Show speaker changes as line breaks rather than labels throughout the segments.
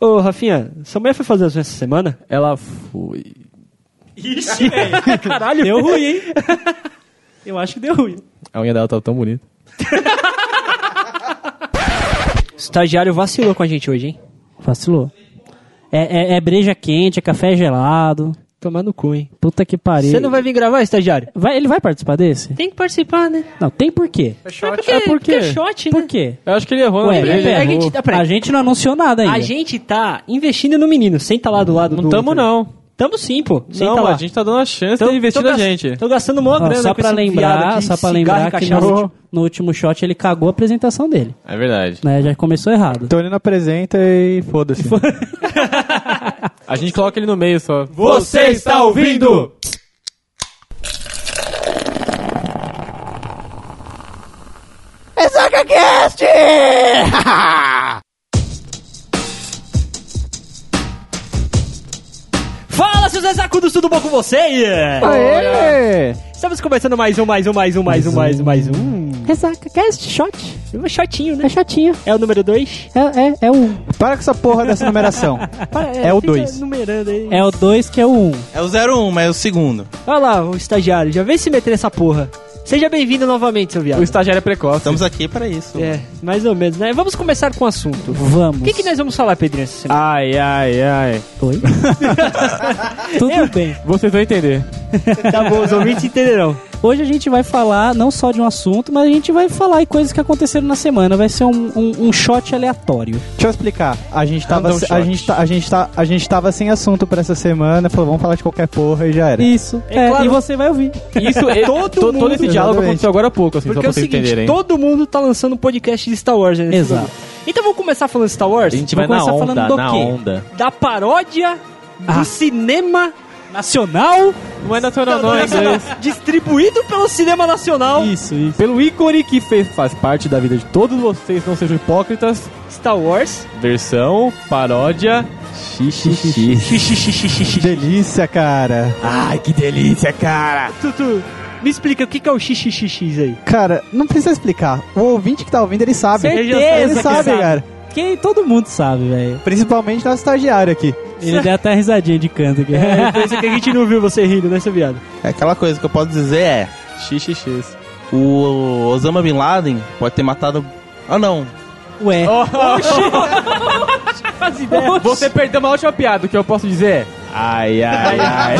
Ô, Rafinha, sua mulher foi fazer as unhas essa semana?
Ela foi.
Ixi, velho. Caralho. Deu ruim, hein? Eu acho que deu ruim.
A unha dela tava tão bonita.
O estagiário vacilou com a gente hoje, hein?
Vacilou. É, é, é breja quente, é café gelado.
Tomar no cu, hein?
Puta que pariu.
Você não vai vir gravar, estagiário?
Vai- ele vai participar desse?
Tem que participar, né?
Não, tem por quê.
Shot.
porque,
É por
porque
quê?
é shot, né?
Por quê?
Eu acho que ele errou,
Ué,
né? Ele
pera,
errou.
a gente tá- peraí.
a gente não anunciou nada ainda.
A gente tá investindo no menino. Senta lá do lado
Não
do
tamo,
outro.
não.
Tamo sim, pô. Senta
não,
lá.
a gente tá dando a chance
Tô-
de investir
tô
na
gas-
gente.
Tô gastando mó
Ó,
grana com
só pra
esse viado
lembrar,
aqui,
só pra
cigarro e
lembrar que
cachaça.
no, no último shot ele cagou a apresentação dele.
É verdade.
Né? Já começou errado.
Então ele não apresenta e foda-se.
A gente coloca ele no meio só.
Você está ouvindo?
Fala, seus exacudos, tudo bom com vocês?
Aê!
Estamos começando mais um, mais um, mais um, mais um, mais um, mais um.
Ressaca, cast, shot.
É um shotinho, né?
É shotinho.
É o número 2?
É, é, é o
Para com essa porra dessa numeração. É o dois.
numerando aí.
É o 2 que é o 1. Um.
É o 01, mas é o segundo.
Olha lá, o estagiário, já vem se meter nessa porra. Seja bem-vindo novamente, seu viado.
O estagiário é precoce.
Estamos aqui para isso.
É, mais ou menos, né? Vamos começar com o assunto.
Vamos.
O que, que nós vamos falar, Pedrinho, essa semana?
Ai, ai, ai.
Oi? Tudo bem.
Vocês vão entender.
tá bom, os ouvintes entenderão.
Hoje a gente vai falar não só de um assunto, mas a gente vai falar de coisas que aconteceram na semana. Vai ser um, um, um shot aleatório.
Deixa eu explicar. A gente tava,
Random
a
shot.
gente tá, a gente tá, a gente tava sem assunto pra essa semana, falou, vamos falar de qualquer porra e já era.
Isso.
É
É,
claro.
E você vai ouvir.
Isso, é,
Todo
to- todo
mundo-
esse diálogo
Exatamente.
aconteceu agora há pouco, assim, só
Porque é
pra
o
vocês
seguinte,
entenderem.
todo mundo tá lançando um podcast de Star Wars, né? nesse
Exato.
momento. Então vamos começar falando de Star Wars?
A gente vai
Vamos
na
começar
onda,
falando do
na
quê?
onda.
Da paródia do
Ah.
cinema
Nacional.
Não é nacional não, é inglês.
distribuído pelo cinema nacional
Isso, isso.
Pelo ícone que fez, faz parte da vida de todos vocês, não sejam hipócritas,
Star Wars.
versão, paródia, xixi.
Delícia, cara.
Ai, que delícia, cara!
Tutu, me explica o que que é o XXX aí.
Cara, não precisa explicar. O ouvinte que tá ouvindo, ele sabe.
Certeza
ele
que
sabe,
sabe.
cara.
Quem todo mundo sabe, velho.
Principalmente nosso estagiário aqui.
Ele deu até risadinha de canto aqui.
É, foi isso que a gente não viu você rindo, né, seu viado?
É Aquela coisa que eu posso dizer é:
XXX.
o Osama Bin Laden pode ter matado. Ah, não.
Ué.
Você perdeu uma última piada, o que eu posso dizer é... Ai, ai, ai.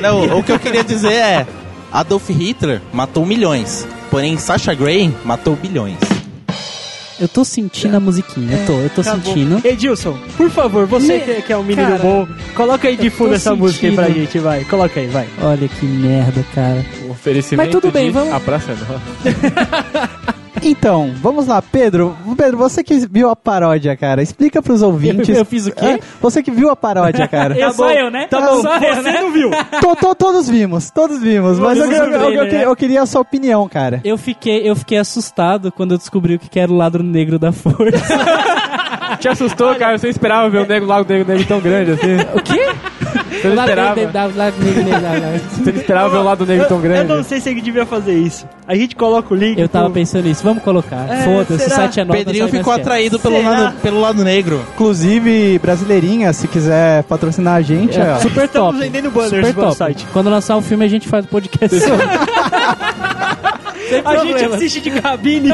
Não, o que eu queria dizer é: Adolf Hitler matou milhões. Porém, Sasha Grey matou bilhões.
Eu tô sentindo a musiquinha. Eu tô, eu tô sentindo.
Tá Edilson, por favor, você
Me-
que, que é um menino
Cara,
bom, coloca aí de
eu tô
fundo essa música aí pra
sentindo.
gente, vai. Coloca aí, vai.
Olha que merda, cara.
Um oferecimento
Mas tudo bem,
de...
vamos-
A praça é nossa.
Então, vamos lá, Pedro. Pedro, você que viu a paródia, cara, explica pros ouvintes.
Eu- eu fiz o quê?
Ah, Você que viu a paródia, cara.
Eu sou eu, né?
Tá bom.
Só eu, né?
To- to- todos vimos, todos vimos. Mas eu,
Vimos
eu-
o
eu- eu- eu- eu- eu- eu- eu- eu- eu- eu- eu- eu- eu queria a sua opinião, cara.
Eu fiquei, eu fiquei assustado quando eu descobri o que que era o ladro negro da força.
Te assustou, cara? Você esperava ver um nego lá, um nego, nego tão grande assim? O quê? Você não esperava? Você não esperava ver um lado negro tão
Eu
grande?
não sei se ele devia fazer isso. A gente coloca o link.
Eu tava
Tipo,
pro-
pensando nisso, vamos colocar.
É,
Foda-se, o
será?
site é novo.
Pedrinho
sabe
ficou
mais que é.
atraído pelo
Será?
lado, pelo lado negro.
Inclusive, brasileirinha, se quiser patrocinar a gente, ó.
É, super
Estamos
top.
vendendo banners
super
no
top.
site.
Quando lançar o filme, a gente faz o podcast. Sem
A gente
problema.
assiste de cabine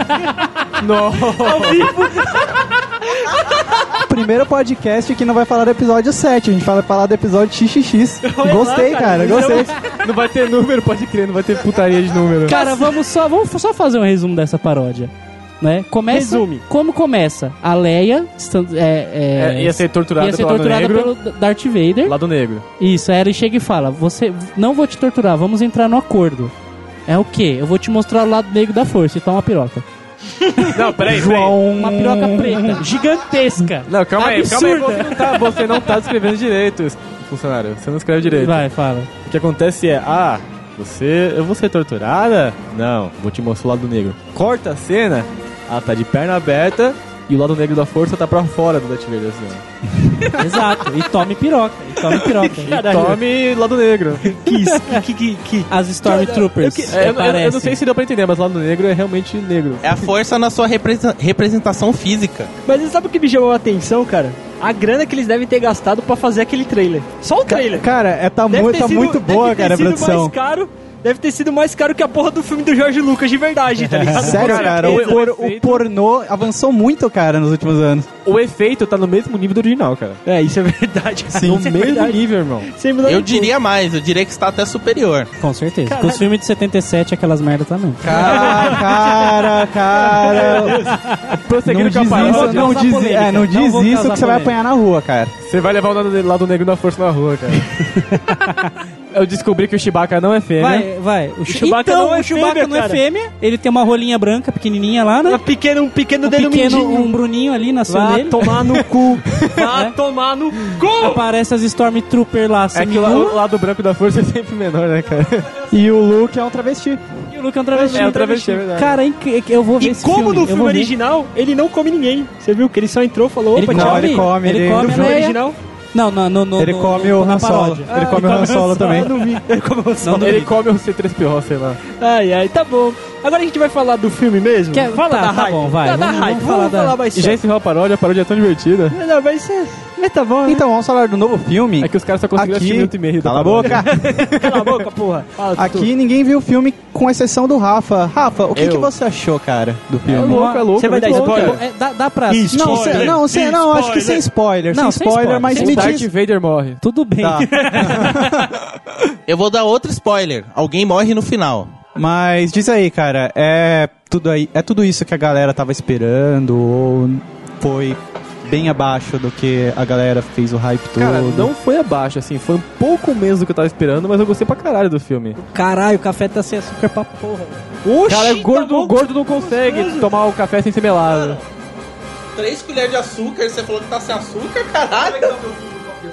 Não.
ao vivo.
o primeiro podcast que não vai falar do episódio 7, a gente vai falar do episódio XXX.
Olha lá,
Gostei,
cara,
cara, gostei.
Não vai ter número, pode crer, não vai ter putaria de número.
Cara, vamos só, vamos só fazer um resumo dessa paródia. Né? Começa,
Resume.
Como começa? A Leia estando- é, é,
É, ia ser torturado
ia ser
pelo lado
torturada
negro.
pelo Darth Vader.
Lado negro.
Isso, aí ele chega e fala: Você não vou te torturar, vamos entrar no acordo. É o quê? Eu vou te mostrar o lado negro da força e toma uma piroca.
Não, peraí,
João.
Uma piroca preta, gigantesca.
Não, calma aí, calma aí. Você
Absurda.
não, tá, você não tá escrevendo direito, funcionário. Você não escreve direito.
Vai, fala.
O que acontece é, ah, você. Eu vou ser torturada? Não, vou te mostrar o lado negro. Corta a cena, ela tá de perna aberta e o lado negro da força tá pra fora do Darth Vader, assim, ó.
Exato, e tome piroca, e tome piroca. E
E tome lado negro.
Que isso? Que, que, que, que-
As Stormtroopers.
É, eu- eu, eu
aparecem.
não sei se deu pra entender, mas lado negro é realmente negro.
É a força na sua represa- representação física.
Mas sabe o que me chamou a atenção, cara?
a grana que eles devem ter gastado pra fazer aquele trailer. Só o trailer.
Cara, é, tá,
Deve
mu-
ter
tá
sido-
muito boa,
deve ter
cara, a
sido
produção.
Mais caro, deve ter sido mais caro que a porra do filme do Jorge Lucas, de verdade, tá ligado?
Sério,
Com
cara, o,
certeza,
por-
o
o
efeito-
pornô avançou muito, cara, nos últimos anos.
O efeito tá no mesmo nível do original, cara.
É, isso é verdade. cara.
no
Isso é
mesmo
verdade.
nível, irmão.
Sem mudar
Eu
de-
diria mais, eu diria que está até superior.
Com certeza.
Caralho.
Com os filmes de 77, aquelas merda também.
Cara, Ah, cara, cara. Não
Prosseguindo com a
diz isso,
parada,
não
causar
diz,
polêmica.
é, não
Não
diz
vou
isso
causar
que você vai
polêmica.
apanhar na rua, cara.
você vai levar o lado, lado negro da força na rua, cara. Eu descobri que o Chewbacca não é fêmea.
Vai, vai. O, Chu-
né? Chewbacca
então,
não é
o Chewbacca
fêmea,
não é
cara.
fêmea. Ele tem uma rolinha branca pequenininha lá, né?
Um pequeno, um pequeno
Um
dele, um
pequeno,
mindinho.
um bruninho ali na sua
Vá
dele.
tomar no cu. Vá
É.
tomar no cu.
Aparece as Stormtrooper lá, assim,
É que o, la- o lado branco da força é sempre menor, né, cara?
E o Luke é um travesti.
e o Luke é um travesti.
É um travesti, é verdade.
Cara, é inc- é que eu vou ver
E
esse
como
filme.
no
eu
filme
vou ver.
original, ele não come ninguém. Você viu que ele só entrou, falou,
Ele
opa,
come,
tchau.
ele come,
ele
ele-
No
come
filme
a meia.
original,
Não, não, no, no,
Ele
no-
come
no-
o
na
Han Solo.
paródia.
Ele come o Han Solo também.
eu não vi. Ele come o
Não,
sol.
não
Ele
vi.
come um o C3PO, sei lá.
Ai, ai, tá bom. Agora a gente vai falar do filme mesmo?
Quer-
Fala
tá,
da
tá
hype.
bom, vai,
Da, da
vamos-
hype.
vamos
Vamos,
falar
falar,
da-
mais
E já
sério.
encerrou a paródia, a paródia é tão divertida.
Não, vai ser... Mas tá bom, né?
Então, vamos falar do novo filme.
É que os caras só conseguiram assistir
Aqui,
minuto e meio. da
cala a
paródia.
boca.
Cala a boca, porra. Fala, Tutu.
Aqui ninguém viu o filme, com exceção do Rafa. Rafa, o que,
Eu.
que você achou, cara, do
É
filme?
louco, é louco.
Você vai
é
dar
muito louco,
spoiler?
cara.
É, dá, dá pra...
Isso.
Não,
Spoiler.
cê- não, cê- não, acho que sem spoiler.
Não,
sem
sem
spoiler,
spoiler,
mas
sem
me
O Darth
diz.
Vader morre.
Tudo bem.
Tá.
Eu vou dar outro spoiler. Alguém morre no final.
Mas diz aí, cara, é tudo, aí, é tudo isso que a galera tava esperando ou foi bem abaixo do que a galera fez o hype todo?
Cara, não foi abaixo, assim, foi um pouco menos do que eu tava esperando, mas eu gostei pra caralho do filme.
Caralho, o café tá sem açúcar pra porra. velho.
cara,
tá
gordo,
bom.
gordo não consegue tomar o café sem ser melado.
Três colheres de açúcar, você falou que tá sem açúcar, caralho.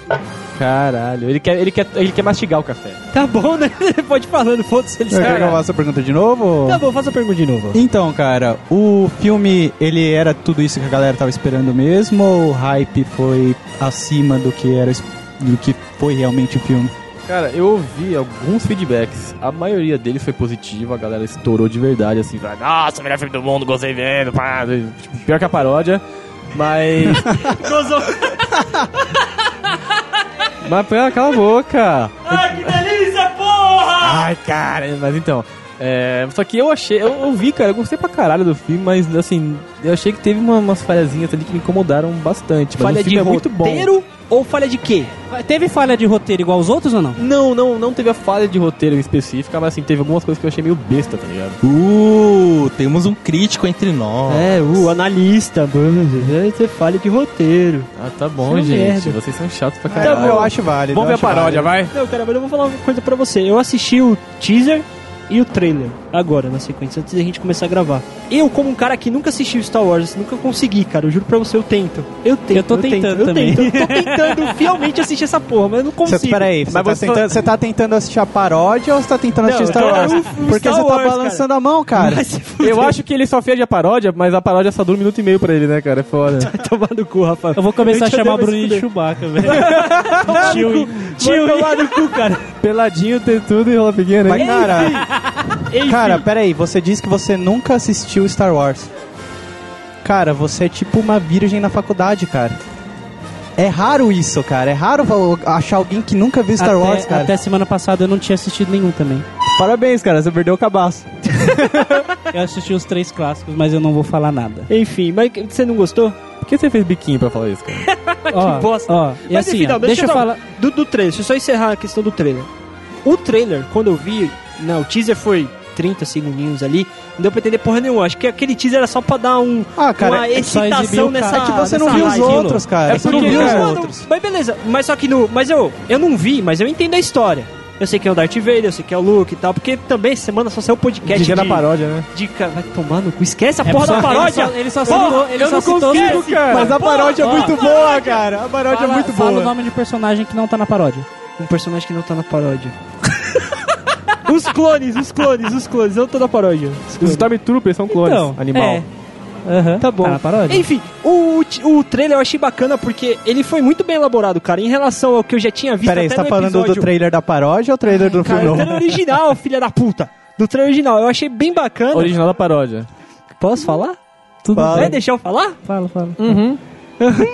Ah. Caralho, ele quer, ele, quer, ele quer mastigar o café.
Tá bom, né? Pode ir falando, foda-se. ele
Você quer
sabe.
que eu faça a pergunta de novo?
Tá bom, faça a pergunta de novo.
Então, cara, o filme, ele era tudo isso que a galera tava esperando mesmo ou o hype foi acima do que era es- do que foi realmente o filme?
Cara, eu ouvi alguns feedbacks, a maioria dele foi positiva, a galera estourou de verdade, assim, vai, nossa, melhor filme do mundo, gostei vendo, pá, tipo, pior que a paródia, mas...
Gozou.
mas, pera, cala a boca!
Ai, que delícia, porra!
Ai, cara, mas então. é, só que eu achei, eu, eu vi, cara, eu gostei pra caralho do filme, mas assim, eu achei que teve uma- umas falhazinhas ali que me incomodaram bastante. Mas
Falha
o
de
filme é muito bom.
roteiro ou falha de quê?
Vai- Teve falha de roteiro igual os outros ou não?
Não, não, não teve a falha de roteiro específica, mas assim, teve algumas coisas que eu achei meio besta, tá ligado?
Uh, temos um crítico entre nós.
É, o analista, mano, você falha de roteiro.
Ah, tá bom,
Isso é
gente.
merda.
Vocês são chatos pra
Cara,
caralho.
eu acho válido.
Tá Vamos ver
eu
a
acho
paródia, vai.
Não, cara, mas eu vou falar uma coisa pra você. Eu assisti o teaser e o trailer agora, na sequência, antes da gente começar a gravar. Eu, como um cara que nunca assistiu Star Wars, nunca consegui, cara, eu juro pra você, eu tento. Eu tento,
Eu tô tentando
tento, eu
também.
tento, eu tô tentando fielmente assistir essa porra, mas eu não
Cê,
consigo.
peraí, você
Mas
tá,
você-
tentando, você tá tentando assistir a paródia ou você tá tentando
Não,
assistir Star
cara,
Wars?
o- o
Porque
Star
você tá
Wars,
balançando a mão, cara.
Vai se fuder,
Eu acho que ele só fez a paródia, mas a paródia só dura um minuto e meio pra ele, né, cara? É foda.
tomar no cu, Rafa.
Eu vou começar
Eu
a
te
chamar o
odeio,
Bruno de
mas
Chewbacca, velho.
Tio, tio, tomar no cu, cara.
Peladinho, tem tudo e rola pequena,
Mas,
hein?
cara,
Enfim,
cara, peraí, você disse que você nunca assistiu Star Wars. Cara, você é tipo uma virgem na faculdade, cara. É raro isso, cara. É raro val- achar alguém que nunca viu Star
até,
Wars, cara.
até semana passada eu não tinha assistido nenhum também.
Parabéns, cara, você perdeu o cabaço.
Eu assisti os três clássicos, mas eu não vou falar nada.
enfim, mas você não gostou?
Por que você fez biquinho pra falar isso, cara?
ó,
bosta.
Ó, e
Mas tá
assim,
enfim,
ó,
não,
deixa, eu
não,
falar.
um Do, do trailer, deixa eu só encerrar a questão do trailer. O trailer, quando eu vi, não, o teaser foi 30 segundinhos ali, não deu pra entender porra nenhuma. Acho que aquele teaser era só pra dar um,
Ah,
uma
cara, é
só exibiu
excitação
o
nessa.
cara.
que você não
nessa
viu os
hype.
aquilo.
outros,
É
cara. Você
porque,
não viu os
cara,
Mano,
outros.
Mas beleza, mas só que no. Mas eu, eu não vi, mas eu entendo a história. Eu sei que é o Darth Vader, eu sei que é o Luke e tal, porque também essa semana só saiu o
é
podcast de,
Diga na
tipo-
paródia, né?
de ca- Vai tomar no cu, esquece a
É
porra
só-
da paródia!
Ele só, ele só
Porra,
citou, ele
eu
só
não
citou os-
consigo, cara.
Mas a paródia é
Ó,
muito boa, cara. A paródia é
Fala-
muito
fala o
boa.
nome de personagem que não tá na paródia.
Um personagem que não tá na paródia. os clones, os clones, os clones, eu tô na paródia. Os
Os
clones.
Stormtroopers são clones, animal.
É. Aham.
Tá bom.
Tá na paródia?
Enfim, o, t- o trailer eu achei bacana porque ele foi muito bem elaborado, cara. Em relação ao que eu já tinha visto
Peraí,
até
você tá
no
falando
episódio...
do trailer da paródia ou do trailer do
Cara,
filme
do
novo?
trailer original, filha da puta. Do trailer original. Eu achei bem bacana.
Original da paródia.
Posso falar?
Tudo
Fala.
Vai
bem.
deixar eu falar?
Fala, Uhum. fala.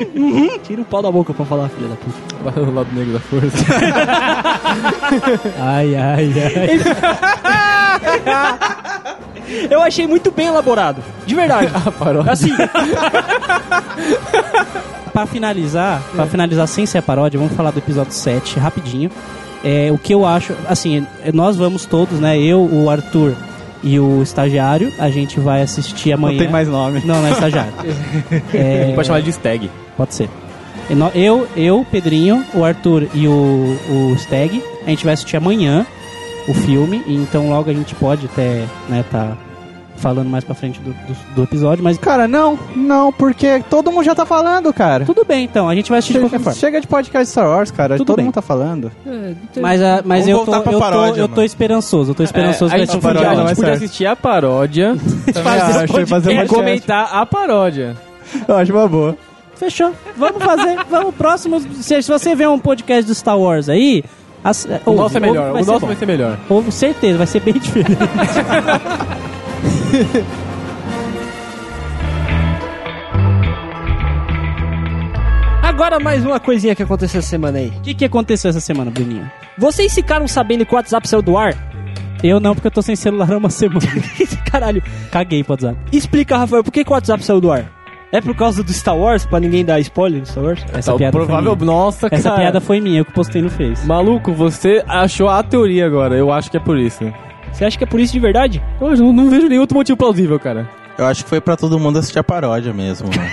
Tira o pau da boca pra falar, filha da puta.
Bata do lado negro da força.
Ai, ai, ai.
Eu achei muito bem elaborado. De verdade.
Ah, parou.
Assim,
Pra finalizar,
É.
pra finalizar sem ser a paródia, vamos falar do episódio 7 rapidinho. É, o que eu acho, assim, é, nós vamos todos, né? Eu, o Arthur e o estagiário, a gente vai assistir amanhã.
Não tem mais nome.
Não, não é estagiário. É,
Pode chamar de stag.
Pode ser. E nó- Eu, eu, Pedrinho, o Arthur e o, o Steg, a gente vai assistir amanhã o filme, e então logo a gente pode até, né, tá falando mais pra frente do, do, do episódio, mas
Cara, não, não, porque todo mundo já tá falando, cara.
tudo bem então, a gente vai assistir de qualquer
Chega,
forma.
chega de podcast Star Wars, cara.
Tudo
todo
bem.
mundo tá falando.
Mas, a, mas eu,
Vamos
tô,
voltar pra
eu,
paródia,
tô, eu tô
mano.
esperançoso, eu
É,
tô esperançoso
a
pra
gente
esse
um
podia, a
filme. Não,
gente
é
podia
certo.
assistir a paródia
Fazer um fazer um
e
podcast.
comentar a paródia.
Eu acho uma boa.
Fechou. Vamos fazer. Vamos próximo. Se, se você vê um podcast do Star Wars aí, ass-
O
ouve,
nosso é
ouve,
melhor.
vai
O
ser
nosso
bom.
vai ser melhor.
Ouve, certeza, vai ser bem diferente.
agora mais uma coisinha que aconteceu essa semana aí.
O que, que aconteceu essa semana, Bruninho?
Vocês ficaram sabendo que o WhatsApp saiu do ar?
Eu não, porque eu tô sem celular há uma semana.
Caralho.
Caguei pro WhatsApp.
Explica, Rafael, por que, que o WhatsApp saiu do ar? É por causa do Star Wars, pra ninguém dar spoiler do Star Wars?
Essa
Tá,
piada
provável,
foi minha.
nossa,
Essa
cara.
piada foi minha, eu que postei no Face.
Maluco, você achou a teoria agora. Eu acho que é por isso.
Você acha que é por isso de verdade?
Eu não, não vejo nenhum outro motivo plausível, cara.
Eu acho que foi pra todo mundo assistir a paródia mesmo, mano.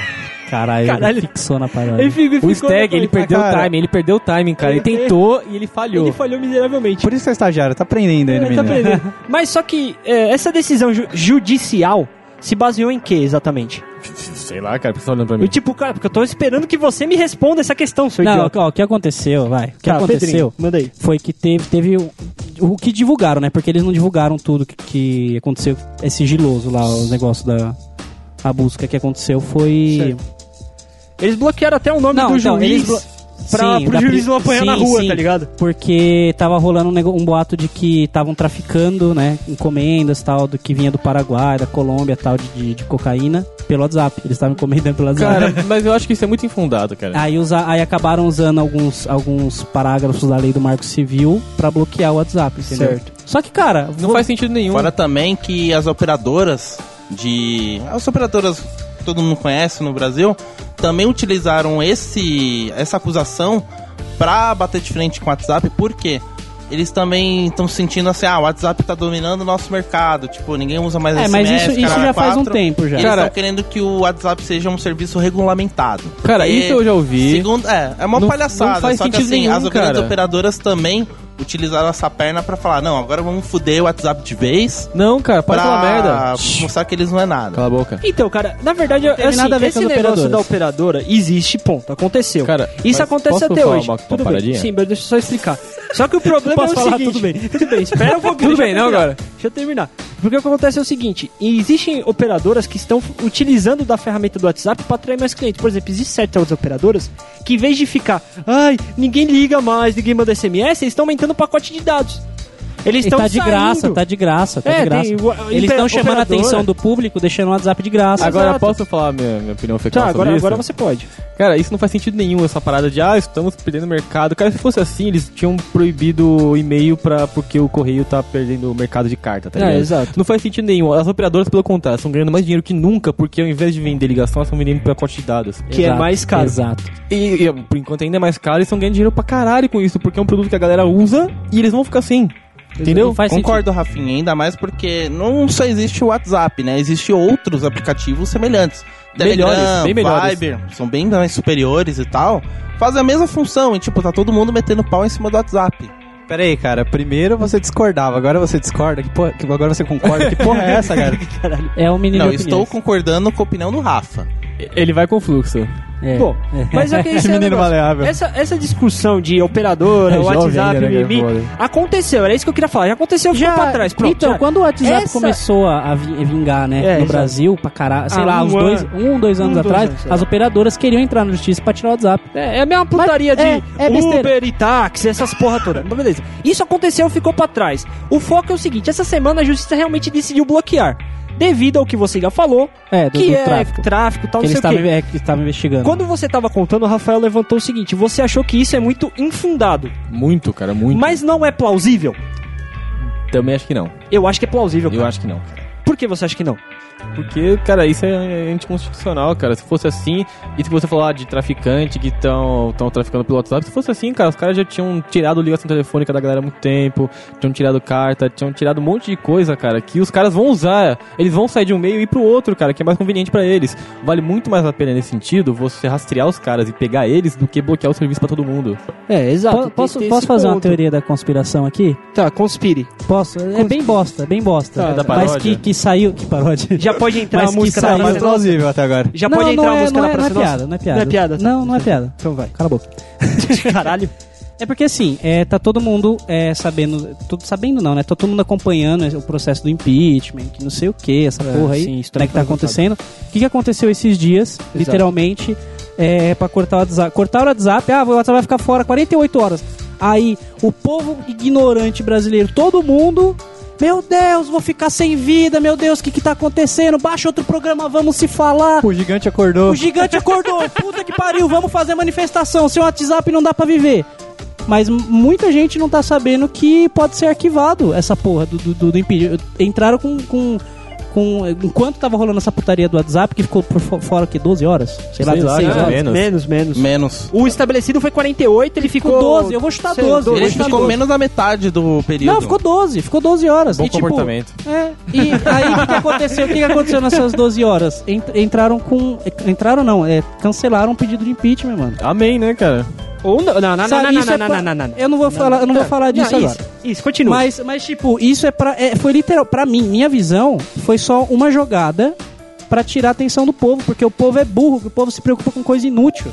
Caralho,
Caralho.
fixou na parada.
O Stag, ele perdeu
Cara,
o time, ele perdeu o timing, cara. Ele
ele-
tentou e ele falhou.
Ele falhou miseravelmente.
Por isso que é estagiário, tá aprendendo ainda,
Ele tá
menino.
aprendendo. Mas só que é, essa decisão ju- judicial se baseou em quê exatamente?
Sei lá, cara, por que você tá olhando pra
Eu, tipo, cara, porque eu tô esperando que você me responda essa questão, seu
Não,
idiota.
ó, o que aconteceu, vai. O que
Tá,
aconteceu
Pedrinho, manda aí.
foi que teve, teve o, o que divulgaram, né? Porque eles não divulgaram tudo que, que aconteceu. É sigiloso lá, o negócio da... A busca que aconteceu foi...
Eles bloquearam até o nome
Não,
do
então,
juiz
eles blo-
pra,
Sim,
pro
da
juiz
pri-
não apanhar na
sim,
rua,
sim.
tá ligado?
Porque tava rolando um, nego- um boato de que estavam traficando, né? Encomendas tal, do que vinha do Paraguai, da Colômbia tal, de, de, de cocaína, pelo WhatsApp. Eles estavam encomendando pelo WhatsApp.
Cara, mas eu acho que isso é muito infundado, cara.
Aí, usa, aí acabaram usando alguns, alguns parágrafos da lei do Marco Civil pra bloquear o WhatsApp, entendeu?
Certo.
Só que, cara,
Não
vo-
faz sentido nenhum.
Fora também que as operadoras de. As operadoras que todo mundo conhece no Brasil também utilizaram esse essa acusação pra bater de frente com o WhatsApp, porque eles também estão sentindo assim, ah, o WhatsApp tá dominando o nosso mercado, tipo, ninguém usa mais
É,
SMS,
mas isso- isso
caralho,
já faz um
quatro.
tempo já.
E Eles
Cara-
estão querendo que o WhatsApp seja um serviço regulamentado.
Cara,
Porque,
então,
isso eu já ouvi.
Segundo, é, é uma
Não-
palhaçada.
não faz
só que
sentido
assim,
nenhum,
as grandes
cara.
operadoras também utilizaram essa perna pra falar, não, agora vamos foder o WhatsApp de vez
Não, cara, para falar merda.
mostrar que eles não é nada.
Cala a boca.
Então, cara, na verdade,
teve
assim,
nada a ver
esse
com as
negócio
operadoras.
da operadora existe, ponto. Aconteceu.
Cara,
Isso
mas
acontece
posso
até
falar
hoje.
uma- uma
tudo bem.
paradinha?
Sim, mas deixa eu só explicar. Só que o problema
Posso
é o
falar?
seguinte.
Tudo bem.
Tudo bem, espera um pouquinho.
Tudo
deixa eu
bem, não
terminar.
agora.
Deixa eu terminar. Porque o que acontece é o seguinte, e existem operadoras que estão utilizando da ferramenta do WhatsApp para atrair mais clientes. Por exemplo, existem certas operadoras que em vez de ficar, ai, ninguém liga mais, ninguém manda SMS, eles estão aumentando o pacote de dados. Eles
e
estão
tá de
saindo.
graça, tá de graça, tá
É,
de graça.
tem o-
Eles estão
opera-
chamando a atenção
operadora.
do público, deixando o WhatsApp de graça.
Agora
Exato.
posso falar minha, minha opinião fecal
Tá,
sobre
agora,
isso?
agora você pode.
Cara, isso não faz sentido nenhum, essa parada de, ah, estamos perdendo mercado. Cara, se fosse assim, eles tinham proibido o e-mail pra, porque o correio tá perdendo o mercado de carta, tá
É,
ligado?
exato.
Não faz sentido nenhum. As operadoras, pelo contrário, estão ganhando mais dinheiro que nunca, porque ao invés de vender ligação, elas estão vendendo pacote de dados.
Que é mais caro.
Exato.
E, e, por enquanto ainda é mais caro, eles estão ganhando dinheiro pra caralho com isso, porque é um produto que a galera usa e eles vão ficar sem. Entendeu?
Não faz sentido.
Concordo, Rafinha, ainda mais porque não só existe o WhatsApp, né? Existem outros aplicativos semelhantes. Telegram,
Melhores, bem melhores.
Viber, são bem mais superiores e tal. Fazem a mesma função e, tipo, tá todo mundo metendo pau em cima do WhatsApp.
Pera aí, cara. Primeiro você discordava, agora você discorda. Que porra, que agora você concorda. Que porra é essa, cara?
É um menino
não,
de
estou
opiniões.
concordando com a opinião do Rafa.
Ele vai com o fluxo.
É.
Bom, mas é que esse
Esse
é o
menino
negócio.
maleável.
Essa, essa discussão de operadora,
É jovem
WhatsApp,
ainda, né,
mimimi,
cara,
aconteceu. Era isso que eu queria falar. Já aconteceu, ficou
Já-
pra trás. Pronto,
então,
já.
quando o WhatsApp
Essa-
começou a, a vi- vingar, né,
É,
no
exato.
Brasil, pra caralho, sei
Ah,
lá,
um
uns dois,
ano.
um, dois anos
Um, dois
atrás,
anos, sei
as
lá.
operadoras queriam entrar na justiça pra tirar o WhatsApp.
É, é a mesma putaria
Mas- é,
de
é besteira.
Uber e táxi, essas porra toda. Mas beleza. Isso aconteceu, ficou pra trás. O foco é o seguinte: essa semana a justiça realmente decidiu bloquear. devido ao que você já falou,
É, do,
que
do
é
tráfico.
tráfico, tal,
Que eles
não sei o
estavam
quê.
é, que estavam investigando.
Quando você tava contando, o Rafael levantou o seguinte: você achou que isso é muito infundado,
Muito, cara, muito.
mas não é plausível?
Também acho que não.
Eu acho que é plausível.
Eu
cara.
acho que não, cara.
Por que você acha que não?
Porque, cara, isso é anticonstitucional, cara. Se fosse assim, e se você falar de traficante que estão tão traficando pelo WhatsApp, se fosse assim, cara, os caras já tinham tirado ligação telefônica da galera há muito tempo, tinham tirado carta, tinham tirado um monte de coisa, cara, que os caras vão usar. Eles vão sair de um meio e ir pro outro, cara, que é mais conveniente pra eles. Vale muito mais a pena nesse sentido você rastrear os caras e pegar eles do que bloquear o serviço pra todo mundo.
É,
Po- posso posso fazer uma teoria da conspiração aqui?
Tá, conspire.
Posso? É bem bosta, bem bosta.
Tá, da
mas
paródia.
que, que saiu. Que paródia?
Já pode entrar
Mas
a
que
música
saiu-
da
Mais
Praça Nossa?
plausível até agora.
Já
não,
pode entrar
não
a
é,
música
não é, não
da
é
Praça Nossa?
piada, não é piada.
Não é piada, tá.
Não, não é piada.
Então vai.
Cala a boca.
Caralho.
É porque assim, é, tá todo mundo é, sabendo. Todo, sabendo não, né? Tá todo mundo acompanhando o processo do impeachment, que não sei o que, essa
É,
porra aí.
sim, isso
como é que tá
também foi
acontecendo? O que, que aconteceu esses dias, literalmente, é, pra cortar o WhatsApp? Cortar o WhatsApp, ah, o WhatsApp vai ficar fora 48 horas. Aí, o povo ignorante brasileiro, todo mundo. Meu Deus, vou ficar sem vida, meu Deus, o que, que tá acontecendo? Baixa outro programa, vamos se falar.
O gigante acordou.
O gigante acordou. Puta que pariu, vamos fazer manifestação. Sem WhatsApp não dá pra viver. Mas m- muita gente não tá sabendo que pode ser arquivado essa porra do, do, do, do impeachment. Entraram com, com, com- Enquanto tava rolando essa putaria do WhatsApp, que ficou por fo- fora o quê? 12 horas? Sei, lá,
Sei lá,
16
cara, É
horas.
menos.
Menos, menos.
Menos.
O estabelecido foi 48, ele ficou.
Ficou 12, eu vou chutar
sei,
12.
Ele
Dois
ficou
minutos.
menos da metade do período.
Não, ficou 12, ficou 12 horas.
Bom
E, tipo,
comportamento.
É, e aí o que, que aconteceu? O que, que aconteceu nessas 12 horas? Ent- Entraram com. Entraram não, é, cancelaram um pedido de impeachment, mano.
Amém, né, cara?
Ou não, não, não, não,
Sabe,
não,
isso é
não, não,
pra-
não, não, não.
Eu não vou falar, eu não vou falar disso
Não,
agora.
Isso, isso, continua.
Mas, mas tipo, isso é para foi literal para mim, minha visão foi só uma jogada pra tirar a atenção do povo, porque o povo é burro, que o povo se preocupa com coisa inútil.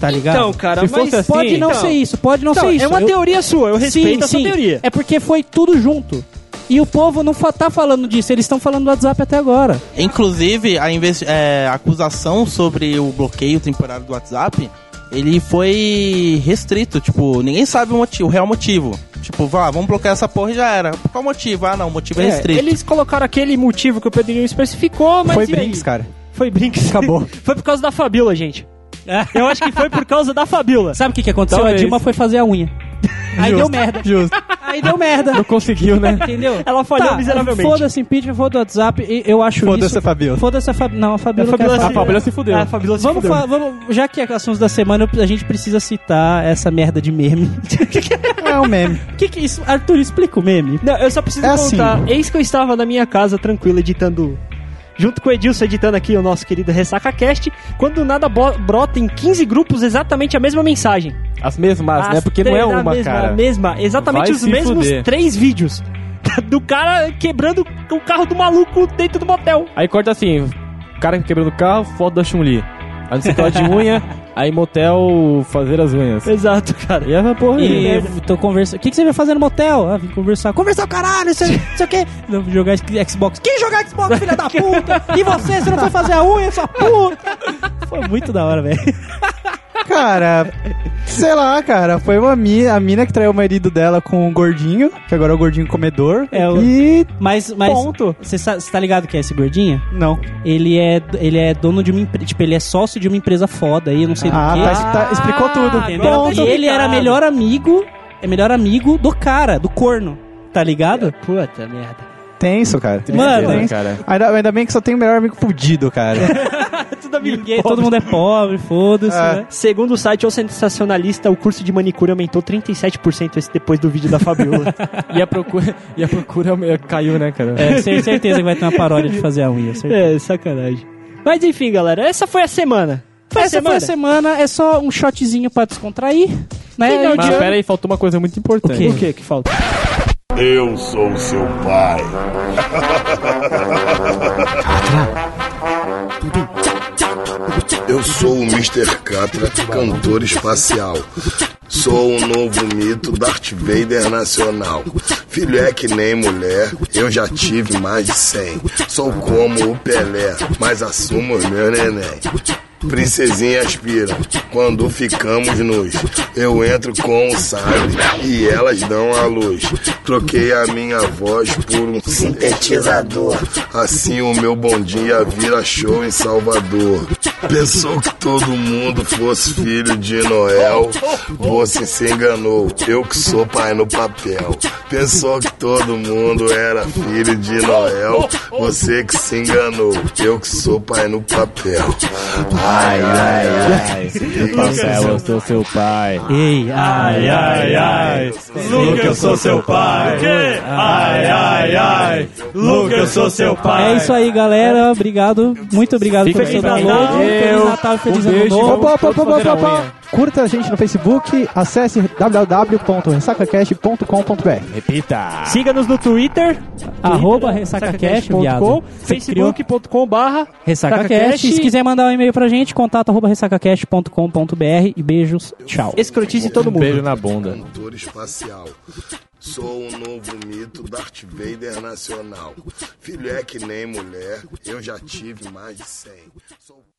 Tá ligado?
Então, cara,
Se
mas
fosse assim,
pode não
então-
ser isso, pode não
Então,
ser isso.
É uma
Eu-
teoria sua, eu respeito
sim,
a sua
sim.
teoria.
É porque foi tudo junto. E o povo não fa- tá falando disso, eles estão falando do WhatsApp até agora.
Inclusive, a investi- é, a acusação sobre o bloqueio temporário do WhatsApp, ele foi restrito, tipo, ninguém sabe o motivo, o real motivo. Tipo, vá, vamos bloquear essa porra e já era. Qual o motivo? Ah, não, o motivo é,
É,
restrito.
eles colocaram aquele motivo que o Pedrinho especificou, mas.
Foi
e aí?
Brinks, cara.
Foi Brinks.
Acabou.
foi por causa da Fabiola, gente. Eu acho que foi por causa da Fabiola.
Sabe o que, que aconteceu? A
Talvez.
Dilma foi fazer a unha. Aí deu merda.
Justo.
Aí deu merda.
Não conseguiu, né?
Entendeu? Tá,
Ela falhou miseravelmente.
Foda-se impeachment, foda-se WhatsApp, e- eu acho
Foda-se
isso.
a Fabiola.
Foda-se a Fab... Não, a Fabiola.
A Fabiola
quer
A
se-
falar.
Fabiola se fudeu.
A Fabiola se
Vamos,
fudeu.
fa- vamos, já que é assunto da semana, eu- a gente precisa citar essa merda de meme.
É um meme.
que que isso? Arthur, explica o meme.
Não, eu só preciso
É assim.
contar. Eis que eu estava na minha casa, tranquilo, editando. Junto com o Edilson editando aqui o nosso querido RessacaCast, quando do nada bo- brota em 15 grupos exatamente a mesma mensagem.
As mesmas, né?
As
Porque não é
três da
uma,
mesma,
cara.
a mesma, exatamente
Vai
os
se
mesmos
fuder.
três vídeos. Do cara quebrando o carro do maluco dentro do motel.
Aí corta assim, cara quebrando o carro, foto da Chun-Li. Aí não sei o que lá de unha, aí motel fazer as unhas.
Exato, cara.
E essa porra aí.
E
né?
tô conversando. O que, que você vai fazer no motel? Ah, vim conversar. Conversar o caralho, não sei, não sei o quê. Não, Jogar es- Xbox. Quem jogar Xbox, filha da puta? E você, você não foi fazer a unha, sua puta? Foi muito da hora, velho.
Cara, sei lá, cara. Foi uma mina, a mina que traiu o marido dela com o gordinho, que agora é o gordinho comedor.
É, o-
E.
Mas, mas.
Ponto.
Você sa- você tá ligado que é esse gordinho?
Não.
Ele é, ele é dono de uma empresa. Tipo, ele é sócio de uma empresa foda aí, eu não sei
Ah,
do quê.
tá, tá- explicou tudo.
Entendeu? e
Ponto.
ele era melhor amigo, é melhor amigo do cara, do corno, tá ligado?
Puta merda.
Tenso, cara. né,
Mano.
Tenso.
cara.
Ainda, ainda bem que só tem o melhor amigo fudido, cara.
Ninguém, todo mundo é pobre, foda-se,
É.
né?
Segundo o site O Sensacionalista, o curso de manicure aumentou 37% esse depois do vídeo da Fabiola.
E a procura, e a procura eh, caiu, né, cara?
É, cer- certeza que vai ter uma paródia de fazer a unha, certeza.
é, sacanagem. Mas enfim, galera, essa foi a semana. Foi a
Essa foi
semana.
a semana, é só um shotzinho pra descontrair, né?
Final
Mas
de
pera aí, faltou uma coisa muito importante.
O quê?
O que que falta?
Eu sou seu pai. Eu sou o Mr. Catra, cantor espacial. Sou o novo mito Darth Vader nacional. Filho é que nem mulher, eu já tive mais de 100. Sou como o Pelé, mas assumo o meu neném. Princesinha aspira, quando ficamos nus, eu entro com o sabre e elas dão a luz. Troquei a minha voz por um sintetizador, assim o meu bom dia vira show em Salvador. Pensou que todo mundo fosse filho de Noel, você se enganou, eu que sou pai no papel. Pensou que todo mundo era filho de Noel, você que se enganou, eu que sou pai no papel.
Ai, ai, ai.
é
É,
Rafael, eu sou seu pai.
Ei,
Ah,
ai, ai,
ai, Luke, eu sou seu pai. Ai, ai, ai, Luke, eu sou seu pai.
É isso aí, galera. Obrigado. Muito obrigado
Fica
pelo seu
aí,
download.
Natal.
Feliz Natal e feliz
Um
ano
beijo.
novo.
Opa, opa, opa,
Todos
opa,
fazer a
opa.
unha.
Curta a gente no Facebook, acesse www.ressacacast.com.br.
Repita.
Siga-nos no Twitter,
Arroba RessacaCast, viado.
facebook.com barra
RessacaCast. E Se quiser mandar um e-mail pra gente, contato arroba ressacacast.com.br. E beijos. Tchau.
escrotize todo
Um
mundo.
beijo na bunda.
Cantor espacial. Sou um novo mito Darth Vader nacional. Filho é que nem mulher, eu já tive mais de 100. Sou